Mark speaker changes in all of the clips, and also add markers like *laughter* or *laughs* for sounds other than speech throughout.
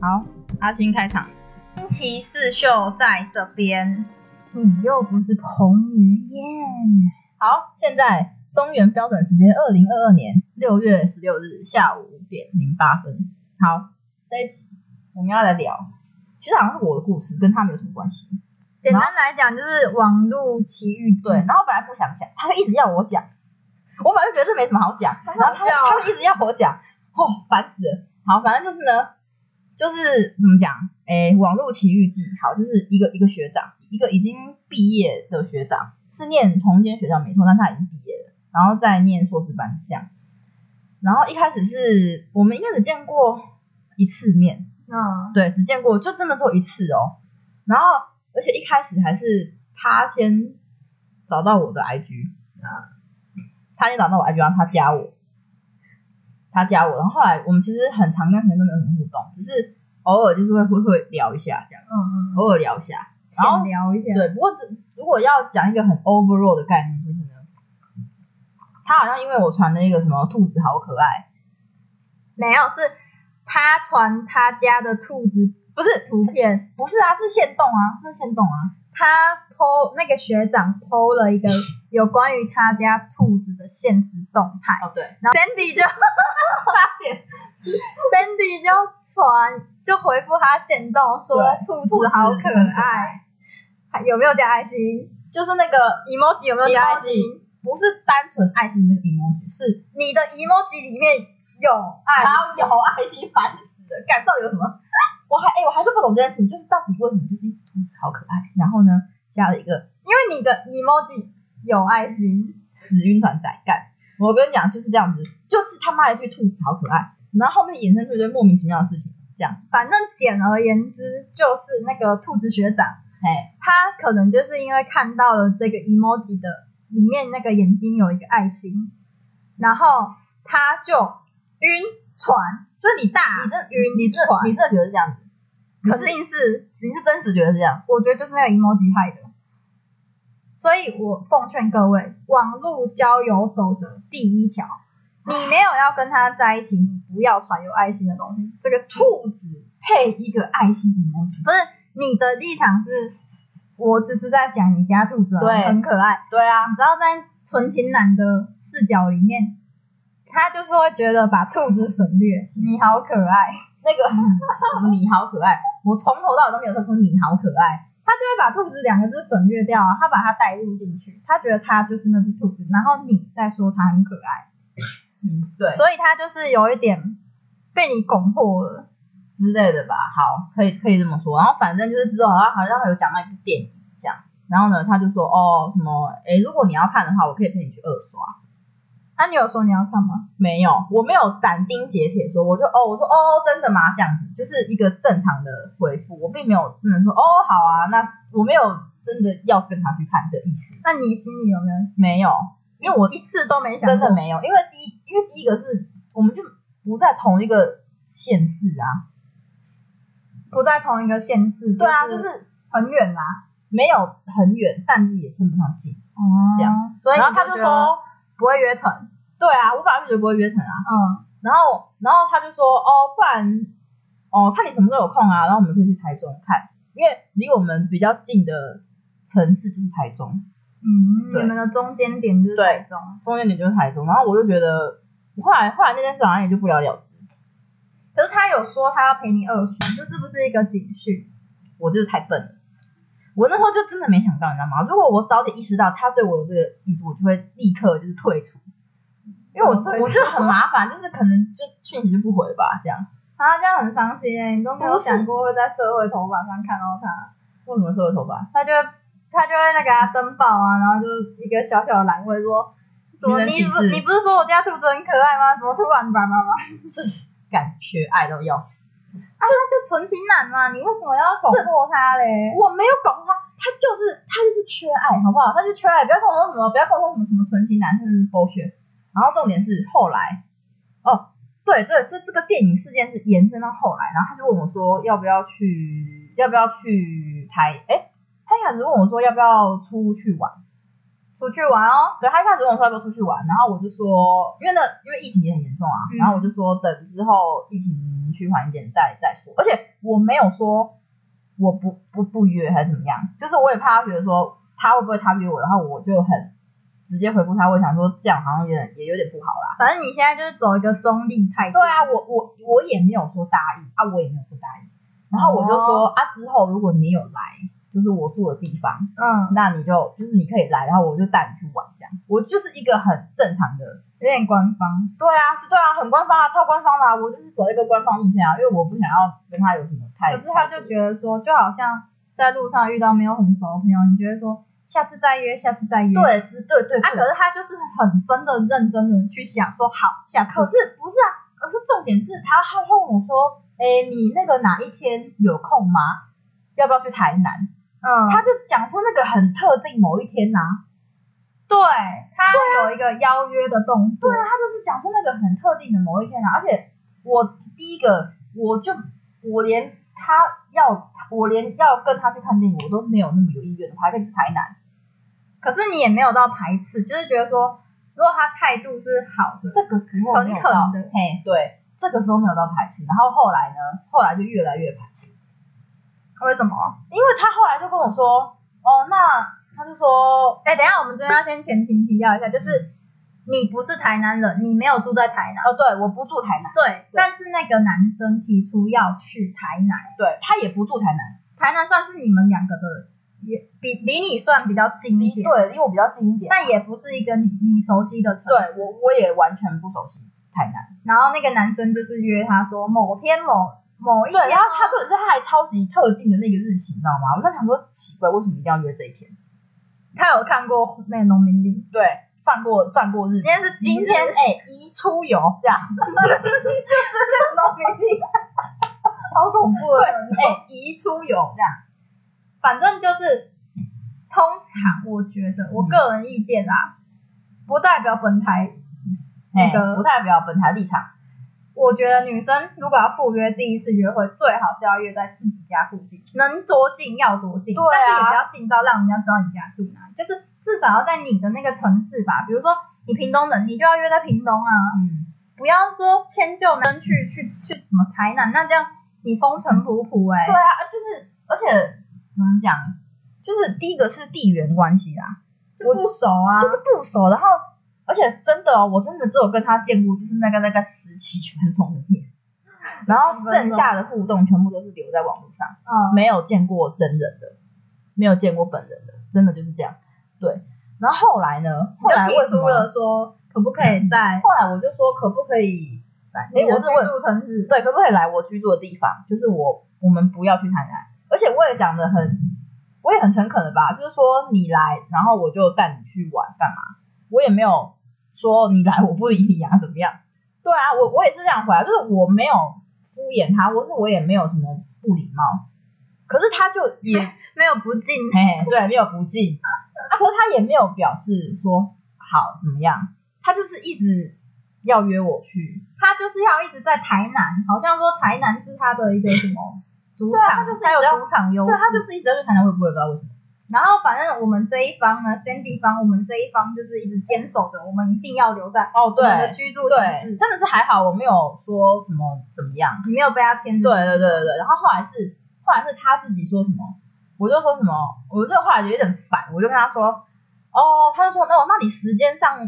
Speaker 1: 好，阿星开场。星期四秀在这边，嗯
Speaker 2: 你又不是彭于晏。
Speaker 1: 好，现在中原标准时间二零二二年六月十六日下午五点零八分。好，这一集我们要来聊，其实好像是我的故事，跟他没有什么关系。
Speaker 2: 简单来讲就是网络奇遇记
Speaker 1: 对，，然后本来不想讲，他一直要我讲，我本来就觉得这没什么好讲，然后他
Speaker 2: 笑啊
Speaker 1: 他一直要我讲，哦，烦死了。好，反正就是呢，就是怎么讲，诶，网络奇遇记，好，就是一个一个学长，一个已经毕业的学长，是念同间学校没错，但他已经毕业了，然后再念硕士班这样。然后一开始是我们应该只见过一次面，
Speaker 2: 嗯，
Speaker 1: 对，只见过就真的只有一次哦。然后，而且一开始还是他先找到我的 IG 啊，他先找到我 IG，然后他加我，他加我，然后后来我们其实很长一段时间都没有什么互动，只是偶尔就是会会会聊一下这样，
Speaker 2: 嗯嗯，
Speaker 1: 偶尔聊一下。然
Speaker 2: 浅
Speaker 1: 后
Speaker 2: 聊一下，
Speaker 1: 对，不过这如果要讲一个很 overall 的概念，就是呢，他好像因为我传了一个什么兔子好可爱，
Speaker 2: 没有是他传他家的兔子
Speaker 1: 不是
Speaker 2: 图片，
Speaker 1: 不是啊，是限动啊，那是限动啊。
Speaker 2: 他 PO 那个学长 PO 了一个有关于他家兔子的现实动态，
Speaker 1: 哦，对，
Speaker 2: 然后 Sandy 就 Sandy 就传就回复他现动说
Speaker 1: 对
Speaker 2: 兔兔好可爱，还有没有加爱心
Speaker 1: 就是那个
Speaker 2: ？emoji 有没有加爱心？
Speaker 1: emoji 不是单纯爱心的那个 emoji，是
Speaker 2: 你的 emoji 里面有爱
Speaker 1: 他
Speaker 2: 心，
Speaker 1: 有爱心，烦死了！干到底有什么？我还哎、我还是不懂这件事情，就是到底为什么就是一只兔子好可爱，然后呢加了一个
Speaker 2: 因为你的 emoji 有爱心，
Speaker 1: 死晕船仔干。我跟你讲就是这样子，就是他妈一句兔子好可爱，然后后面衍生出一堆莫名其妙的事情，这样
Speaker 2: 反正简而言之就是那个兔子学长。
Speaker 1: 哎
Speaker 2: 他可能就是因为看到了这个 emoji 的里面那个眼睛有一个爱心，然后他就晕船，
Speaker 1: 所以你
Speaker 2: 大
Speaker 1: 你这
Speaker 2: 晕
Speaker 1: 你这
Speaker 2: 船
Speaker 1: 你这觉得是这样子，
Speaker 2: 肯定是
Speaker 1: 你是真实觉得是这样？
Speaker 2: 我觉得就是那个 emoji 害的。所以我奉劝各位，网络交友守则第一条，你没有要跟他在一起，你不要传有爱心的东西。这个
Speaker 1: 兔子配一个爱心 emoji，
Speaker 2: 不是你的立场是，我只是在讲你家兔子很
Speaker 1: 对
Speaker 2: 很可爱，
Speaker 1: 对啊，
Speaker 2: 你知道，在纯情男的视角里面，他就是会觉得把兔子省略，你好可爱，
Speaker 1: 那个什么你好可爱，我从头到尾都没有说出你好可爱。
Speaker 2: 他就会把兔子两个字省略掉啊，他把它带入进去，他觉得他就是那只兔子，然后你再说它很可爱，
Speaker 1: 嗯，对
Speaker 2: 所以他就是有一点被你拱破了。
Speaker 1: 之类的吧。好，可以可以这么说。然后反正就是之后好像好像有讲到一部电影这样，然后呢他就说哦什么诶，如果你要看的话，我可以陪你去二刷。
Speaker 2: 那、你有说你要干嘛？
Speaker 1: 没有，我没有斩钉截铁说，我就哦，我说哦，真的吗？这样子就是一个正常的回复，我并没有真的说哦，好啊，那我没有真的要跟他去看的意思，
Speaker 2: 那你心里有没有想？
Speaker 1: 没有，因为我
Speaker 2: 一次都没想过，
Speaker 1: 真的没有，因为第一，因为第一个是我们就不在同一个县市啊，
Speaker 2: 不在同一个县市，
Speaker 1: 对啊，就是
Speaker 2: 很远啦。
Speaker 1: 没有很远，但是也称不上近。
Speaker 2: 哦
Speaker 1: 这
Speaker 2: 样，所以
Speaker 1: 然后
Speaker 2: 你
Speaker 1: 他就
Speaker 2: 觉得
Speaker 1: 说，
Speaker 2: 不会约成，
Speaker 1: 对啊，我本来就觉得不会约成啊，
Speaker 2: 嗯，
Speaker 1: 然后然后他就说，哦，不然哦，看你什么时候有空啊，然后我们可以去台中看，因为离我们比较近的城市就是台中，
Speaker 2: 嗯，
Speaker 1: 对
Speaker 2: 你们的中间点就是
Speaker 1: 对
Speaker 2: 台中，
Speaker 1: 中间点就是台中，然后我就觉得，后来后来那件事好像也就不了了之，
Speaker 2: 可是他有说他要陪你二刷，这是不是一个警讯？
Speaker 1: 我就是太笨了。我那时候就真的没想到，你知道吗？如果我早点意识到他对我有这个意思，我就会立刻就是退出，因为我
Speaker 2: 怎么退出
Speaker 1: 我就很麻烦，就是可能就讯息就不回吧，这样。
Speaker 2: 啊，这样很伤心哎、你都没有
Speaker 1: 不是
Speaker 2: 想过会在社会头版上看到他，
Speaker 1: 为什么是我头
Speaker 2: *laughs*
Speaker 1: 发？
Speaker 2: 他就会他就会那个、啊、登报啊，然后就一个小小的栏位说。什么？
Speaker 1: 愚人
Speaker 2: 你
Speaker 1: 启
Speaker 2: 不
Speaker 1: 事
Speaker 2: 你不是说我家兔子很可爱吗？怎么突然叭叭叭？
Speaker 1: 这是感觉爱到要死。
Speaker 2: 啊，就纯情男嘛，你为什么要拱破他嘞？
Speaker 1: 我没有搞他，他就是他就是缺爱，好不好？他就缺爱，不要跟我说什么，不要跟我说什么什么纯情男，真的是 bullshit。然后重点是后来，哦，对对，这这个电影事件是延伸到后来，然后他就问我说要不要去，要不要去台？哎，他一开始问我说要不要出去玩，
Speaker 2: 出去玩哦。
Speaker 1: 对他一开始问我说要不要出去玩，然后我就说，因为那因为疫情也很严重啊，
Speaker 2: 嗯
Speaker 1: 然后我就说等之后疫情趋缓一点再再说，而且我没有说我不不不约还是怎么样，就是我也怕他觉得说他会不会他约我，然后我就很直接回复他，我也想说这样好像有点也有点不好啦。
Speaker 2: 反正你现在就是走一个中立态度。
Speaker 1: 对啊，我我我也没有说答应啊，我也没有说答应，然后我就说、啊之后如果你有来，就是我住的地方，
Speaker 2: 嗯，
Speaker 1: 那你就就是你可以来，然后我就带你去玩这样。我就是一个很正常的，
Speaker 2: 有点官方。
Speaker 1: 对啊，对啊，很官方啊，超官方的、啊，我就是走一个官方路线啊，因为我不想要跟他有什么太。
Speaker 2: 可是他就觉得说，就好像在路上遇到没有很熟的朋友，你就会说下次再约，下次再
Speaker 1: 嗯
Speaker 2: 约。
Speaker 1: 对，只对对
Speaker 2: 啊，
Speaker 1: 对
Speaker 2: 可是他就是很真的、认真的去想说，好，下次
Speaker 1: 可是不是啊？可是重点是他他问我说，哎，你那个哪一天有空吗？要不要去台南？
Speaker 2: 嗯，
Speaker 1: 他就讲出那个很特定某一天呐、
Speaker 2: 对他有一个邀约的动作
Speaker 1: 啊对，啊，他就是讲出那个很特定的某一天啊，而且我第一个我就我连他要我连要跟他去看电影我都没有那么有意愿，我还可以去台南，
Speaker 2: 可是你也没有到排斥，就是觉得说，如果他态度是好的，
Speaker 1: 这个时候没有到
Speaker 2: 诚恳的
Speaker 1: 嘿，对，这个时候没有到排斥，然后后来呢，后来就越来越排斥，
Speaker 2: 为什么？
Speaker 1: 因为他后来就跟我说，哦，那他就说，
Speaker 2: 哎，等一下我们这边要先前情提要一下，就是你不是台南人，你没有住在台南，
Speaker 1: 哦，对，我不住台南，
Speaker 2: 对，但是那个男生提出要去台南，
Speaker 1: 对他也不住台南，
Speaker 2: 台南算是你们两个的，也比离你算比较近一点，
Speaker 1: 对，离我比较近一点，
Speaker 2: 但也不是一个你你熟悉的城市。
Speaker 1: 对我我也完全不熟悉台南。
Speaker 2: 然后那个男生就是约他说某天某某一天
Speaker 1: 对，
Speaker 2: 哦，
Speaker 1: 然后他重点是他还超级特定的那个日期，你知道吗？我在想说奇怪，为什么一定要约这一天？
Speaker 2: 他有看过那个农民历，
Speaker 1: 对，算过算过日
Speaker 2: 今
Speaker 1: 期，
Speaker 2: 天是几
Speaker 1: 今
Speaker 2: 日
Speaker 1: 天哎一出游这样，就是那个农民历，
Speaker 2: 好恐怖
Speaker 1: 对，
Speaker 2: 的人哦。
Speaker 1: 哎一出游这样，
Speaker 2: 反正就是，通常我觉得我个人意见啦，不代表本台。
Speaker 1: 哎、
Speaker 2: 那个
Speaker 1: 不代表本台立场，
Speaker 2: 我觉得女生如果要赴约第一次约会，最好是要约在自己家附近，能多近要多近，
Speaker 1: 对啊
Speaker 2: 但是也不要近到让人家知道你家住哪里，就是至少要在你的那个城市吧。比如说你屏东人，你就要约在屏东啊，
Speaker 1: 嗯，
Speaker 2: 不要说迁就男生去去去什么台南，那这样你风尘仆仆哎、
Speaker 1: 对啊，就是而且怎么讲，就是第一个是地缘关系啦，
Speaker 2: 就不熟啊
Speaker 1: 就。是不熟，然后而且真的哦，我真的只有跟他见过就是那个那个十几分钟的面，然后剩下的互动全部都是留在网络上。
Speaker 2: 嗯，
Speaker 1: 没有见过真人的，没有见过本人的，真的就是这样。对，然后后来呢？后来
Speaker 2: 就
Speaker 1: 为
Speaker 2: 提
Speaker 1: 什
Speaker 2: 出
Speaker 1: 么？
Speaker 2: 了说可不可以在
Speaker 1: 后来我就说，可不可以来？ *laughs* 哎，
Speaker 2: 你的
Speaker 1: 我
Speaker 2: 居
Speaker 1: 是问，
Speaker 2: 住城市，
Speaker 1: 对，可不可以来我居住的地方？就是我，我们不要去台南。而且我也讲的很，我也很诚恳的吧，就是说你来，然后我就带你去玩，干嘛？我也没有说你来我不理你啊，怎么样？对啊，我我也是这样回来，就是我没有敷衍他，或是我也没有什么不礼貌。可是他就也
Speaker 2: 没有不近，
Speaker 1: 哎，对，没有不敬。啊，可是他也没有表示说好怎么样，他就是一直要约我去。
Speaker 2: 他就是要一直在台南，好像说台南是他的一个什么主
Speaker 1: 对啊他
Speaker 2: 场
Speaker 1: 就是，
Speaker 2: 他
Speaker 1: 一直要
Speaker 2: 有主场优
Speaker 1: 对，
Speaker 2: 势。
Speaker 1: 他就是一直要去台南，我也不会不知道为什么。
Speaker 2: 然后反正我们这一方呢，Sandy 方，我们这一方就是一直坚守着，我们一定要留在
Speaker 1: 哦，
Speaker 2: 我们的
Speaker 1: 对
Speaker 2: 居住城
Speaker 1: 对，
Speaker 2: 市，
Speaker 1: 真的是还好，我没有说什么怎么样。
Speaker 2: 你没有被他牵制。
Speaker 1: 对对对对对，然后后来是后来是他自己说什么，我就说什么，我就后来有点烦，我就跟他说，哦，他就说，哦，那你时间上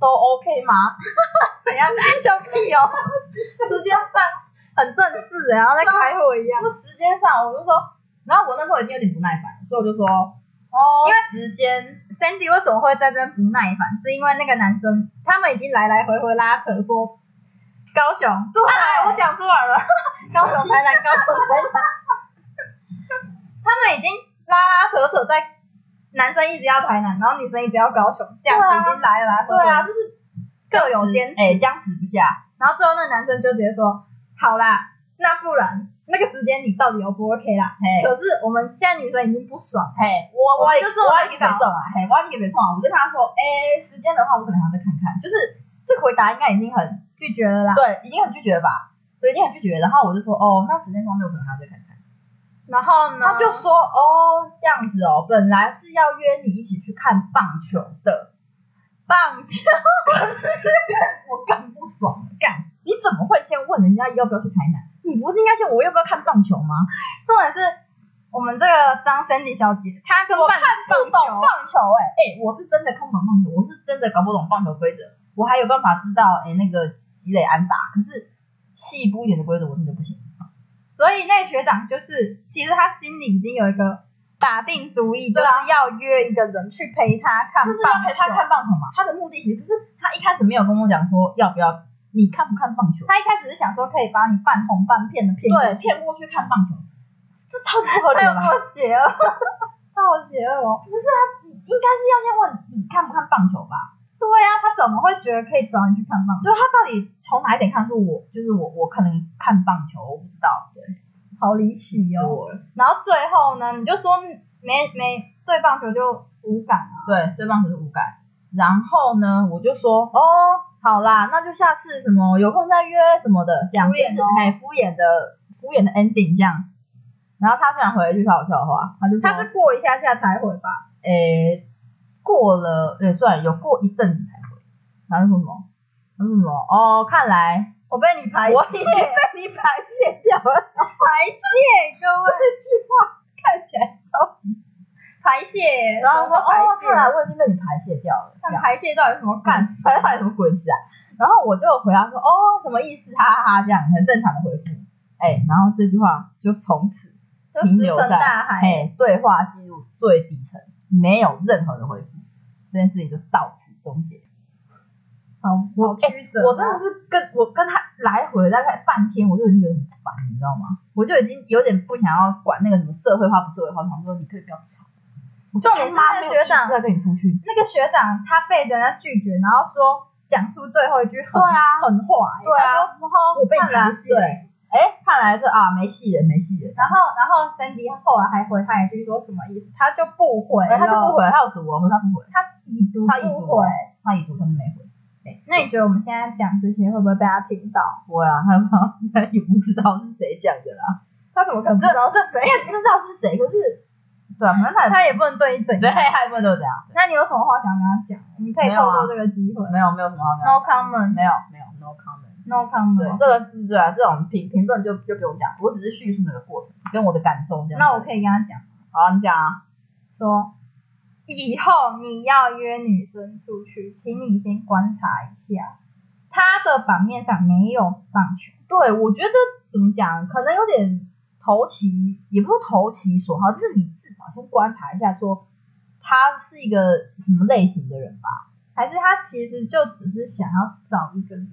Speaker 1: 都 OK 吗？
Speaker 2: 怎样？ *laughs* 小屁
Speaker 1: *laughs*
Speaker 2: 哦，时间上很正式，然后在开会一样。
Speaker 1: 就时间上，我就说，然后我那时候已经有点不耐烦，所以我就说，哦，
Speaker 2: 因为
Speaker 1: 时间
Speaker 2: Sandy 为什么会在这边不耐烦？是因为那个男生他们已经来来回回拉扯说高雄，
Speaker 1: 对
Speaker 2: 啊我讲出来
Speaker 1: *laughs*
Speaker 2: 了，高雄台南，高雄台南，他们已经拉拉扯扯在男生一直要台南，然后女生一直要高雄，这样
Speaker 1: 对啊
Speaker 2: 子已经来来回
Speaker 1: 对
Speaker 2: 回，
Speaker 1: 啊，就是
Speaker 2: 各有坚持。
Speaker 1: 哎、僵持不下。
Speaker 2: 然后最后那个男生就直接说：“好啦，那不然那个时间你到底 O 不 OK 啦？”
Speaker 1: 嘿，
Speaker 2: 可是我们现在女生已经不爽了，
Speaker 1: 嘿，我我
Speaker 2: 我们
Speaker 1: 也
Speaker 2: 就这么
Speaker 1: 我
Speaker 2: 难
Speaker 1: 也给别送啊，嘿，我也给别送啊，我就跟他说，哎、时间的话，我可能还要再看看。就是这个回答应该已经很
Speaker 2: 拒绝了啦。嗯
Speaker 1: 对，已经很拒绝了吧？对，已经很拒绝了。然后我就说，哦，那时间方面我可能还要再看看。
Speaker 2: 然后呢，
Speaker 1: 他就说哦这样子哦，本来是要约你一起去看棒球的，
Speaker 2: 棒球，
Speaker 1: 我更不爽，干！你怎么会先问人家要不要去台南？你不是应该先我要不要看棒球吗？
Speaker 2: 重点是我们这个张 Sandy 小姐，她跟
Speaker 1: 我
Speaker 2: 棒
Speaker 1: 看不懂
Speaker 2: 棒球，
Speaker 1: 棒球、欸，哎、哎，我是真的看不懂棒球，我是真的搞不懂棒球规则，我还有办法知道哎、欸那个积累安打，可是细部一点的规则我真的不行。
Speaker 2: 所以那个学长就是，其实他心里已经有一个打定主意，就
Speaker 1: 对啊
Speaker 2: 是要约一个人去陪他看
Speaker 1: 就是要
Speaker 2: 棒
Speaker 1: 陪
Speaker 2: 球
Speaker 1: 他。看棒球嘛，他的目的其实就是他一开始没有跟我讲说要不要，你看不看棒球？
Speaker 2: 他一开始是想说可以把你半红半片的骗过
Speaker 1: 对，
Speaker 2: 去
Speaker 1: 哎骗过去看棒球，这超不合理
Speaker 2: 他有
Speaker 1: 的吧？
Speaker 2: 多邪恶，他好邪恶哦！
Speaker 1: 不是啊，你应该是要先问你看不看棒球吧？
Speaker 2: 对啊，他怎么会觉得可以找你去看棒球？
Speaker 1: 对他到底从哪一点看出我就是我我可能看棒球，我不知道，对，
Speaker 2: 好离奇
Speaker 1: 有
Speaker 2: 哦！
Speaker 1: 我了，
Speaker 2: 然后最后呢，你就说没没对棒球就无感啊，
Speaker 1: 对，对棒球是无感。然后呢，我就说哦，好啦，那就下次什么有空再约什么的，这样
Speaker 2: 敷衍
Speaker 1: 就是
Speaker 2: 哦
Speaker 1: 哎敷衍的敷衍的 ending 这样。然后他非常回了一句好笑话，他就说
Speaker 2: 他是过一下下才回吧？
Speaker 1: 诶，过了，对，算了，有过一阵子才回。然后就说什么？他说什么？哦，看来
Speaker 2: 我被你排
Speaker 1: 我已
Speaker 2: 泄，
Speaker 1: 经被你排泄掉了。
Speaker 2: 排泄，各位
Speaker 1: 这句话看起来超级……
Speaker 2: 排泄，
Speaker 1: 然后
Speaker 2: 什
Speaker 1: 说
Speaker 2: 么
Speaker 1: 哦
Speaker 2: 排，
Speaker 1: 看来
Speaker 2: 泄？
Speaker 1: 我已经被你排嗯泄掉了。这
Speaker 2: 看
Speaker 1: 样
Speaker 2: 排泄到底有什么
Speaker 1: 干
Speaker 2: 感？
Speaker 1: 排到底什么鬼事啊？然后我就回答说哦，什么意思？哈哈哈，这样很正常的回复。哎，然后这句话就从此
Speaker 2: 就
Speaker 1: 嗯停
Speaker 2: 石
Speaker 1: 留
Speaker 2: 沉
Speaker 1: 在
Speaker 2: 大海。
Speaker 1: 哎对话记录最底层，没有任何的回复，这件事情就到此终结。
Speaker 2: 好，
Speaker 1: 我哎
Speaker 2: 好曲折
Speaker 1: 我
Speaker 2: 哦，
Speaker 1: 真的是跟我跟他来回大概半天，我就已经觉得很烦，你知道吗？我就已经有点不想要管那个什么社会化不社会化，我想说你可以不要吵。哎我
Speaker 2: 重点是那个学长
Speaker 1: 在跟你出去，
Speaker 2: 那个学长他被人家拒绝，然后说讲出最后一句
Speaker 1: 对
Speaker 2: 很
Speaker 1: 啊
Speaker 2: 狠话、欸，
Speaker 1: 对
Speaker 2: 他
Speaker 1: 啊，然
Speaker 2: 说
Speaker 1: 后
Speaker 2: 我被
Speaker 1: 看来
Speaker 2: 排泄
Speaker 1: 对，哎，看来是啊，没戏了，没戏了。
Speaker 2: 然后，然后 Sandy 后来还回他一句说什么意思？他就不回了，
Speaker 1: 哎，他就不，回，他有毒哦，可是他不回，
Speaker 2: 他已读
Speaker 1: 他已读
Speaker 2: 不回。
Speaker 1: 他已读，他们没回。
Speaker 2: 那你觉得我们现在讲这些会不会被他听到？
Speaker 1: 不会啊，他他也不知道是谁讲的啦，
Speaker 2: 他怎么可能不知道是谁？
Speaker 1: 因为知道是谁，可是对啊，反正他也
Speaker 2: 他也不能对你怎
Speaker 1: 对，
Speaker 2: 样。
Speaker 1: 他也不会对我怎样，
Speaker 2: 那你有什么话想跟他讲？你可以
Speaker 1: 没有
Speaker 2: 透
Speaker 1: 啊
Speaker 2: 过这个机会。
Speaker 1: 没有没有什么好讲的。
Speaker 2: No comment,
Speaker 1: 没有没有，no comment。
Speaker 2: no
Speaker 1: 对，
Speaker 2: comment。
Speaker 1: 这个是对啊，这种评评论就就不用讲，我只是叙述那个过程跟我的感受这样。
Speaker 2: 那我可以跟他讲
Speaker 1: 好啊，你讲啊。
Speaker 2: 说，以后你要约女生出去，请你先观察一下，她的版面上没有棒球。
Speaker 1: 对，我觉得怎么讲，可能有点投其，也不是投其所好，就是你至少先观察一下说他是一个什么类型的人吧。
Speaker 2: 还是他其实就只是想要找一个人，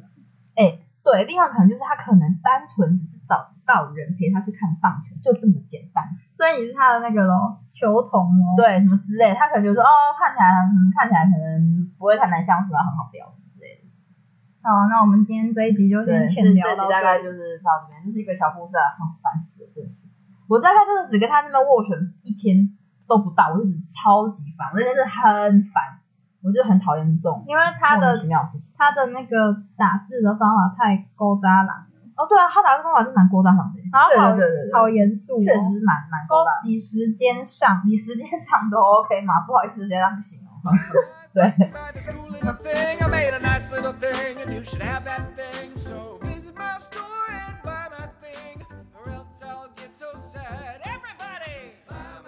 Speaker 1: 哎对，另外可能就是他可能单纯只是找不到人陪他去看棒球，就这么简单。
Speaker 2: 所以你是他的那个咯，球童哦。，
Speaker 1: 对，什么之类的，他可能觉得说哦，看起来嗯，看起来可能不会太难相处，然后很好聊之类的。
Speaker 2: 好，那我们今天这一集就
Speaker 1: 对，
Speaker 2: 先浅聊
Speaker 1: 这
Speaker 2: 到
Speaker 1: 集大概
Speaker 2: 这
Speaker 1: 就
Speaker 2: 里。
Speaker 1: 是到这边，就是一个小故事啊，哦烦死了，真的是。我大概真的只跟他那边斡旋一天都不到，我就觉得超级烦，我真的是很烦，我就很讨厌这种
Speaker 2: 因为他
Speaker 1: 莫名
Speaker 2: 的
Speaker 1: 其妙的事情。
Speaker 2: 他的那个打字的方法太勾渣了，
Speaker 1: 哦，对啊，他打的方法是蛮勾搭上的，
Speaker 2: 然后
Speaker 1: 对
Speaker 2: 好
Speaker 1: 对对对
Speaker 2: 好
Speaker 1: 对，
Speaker 2: 严肃、哦，
Speaker 1: 确实是蛮蛮勾
Speaker 2: 说
Speaker 1: 搭的。
Speaker 2: 你时间上，
Speaker 1: 你时间长都 OK 吗？不好意思，时间长不行哦。 *laughs* 对。
Speaker 3: by this cool little thing. I made a nice little thing, and you should have that thing. So visit my store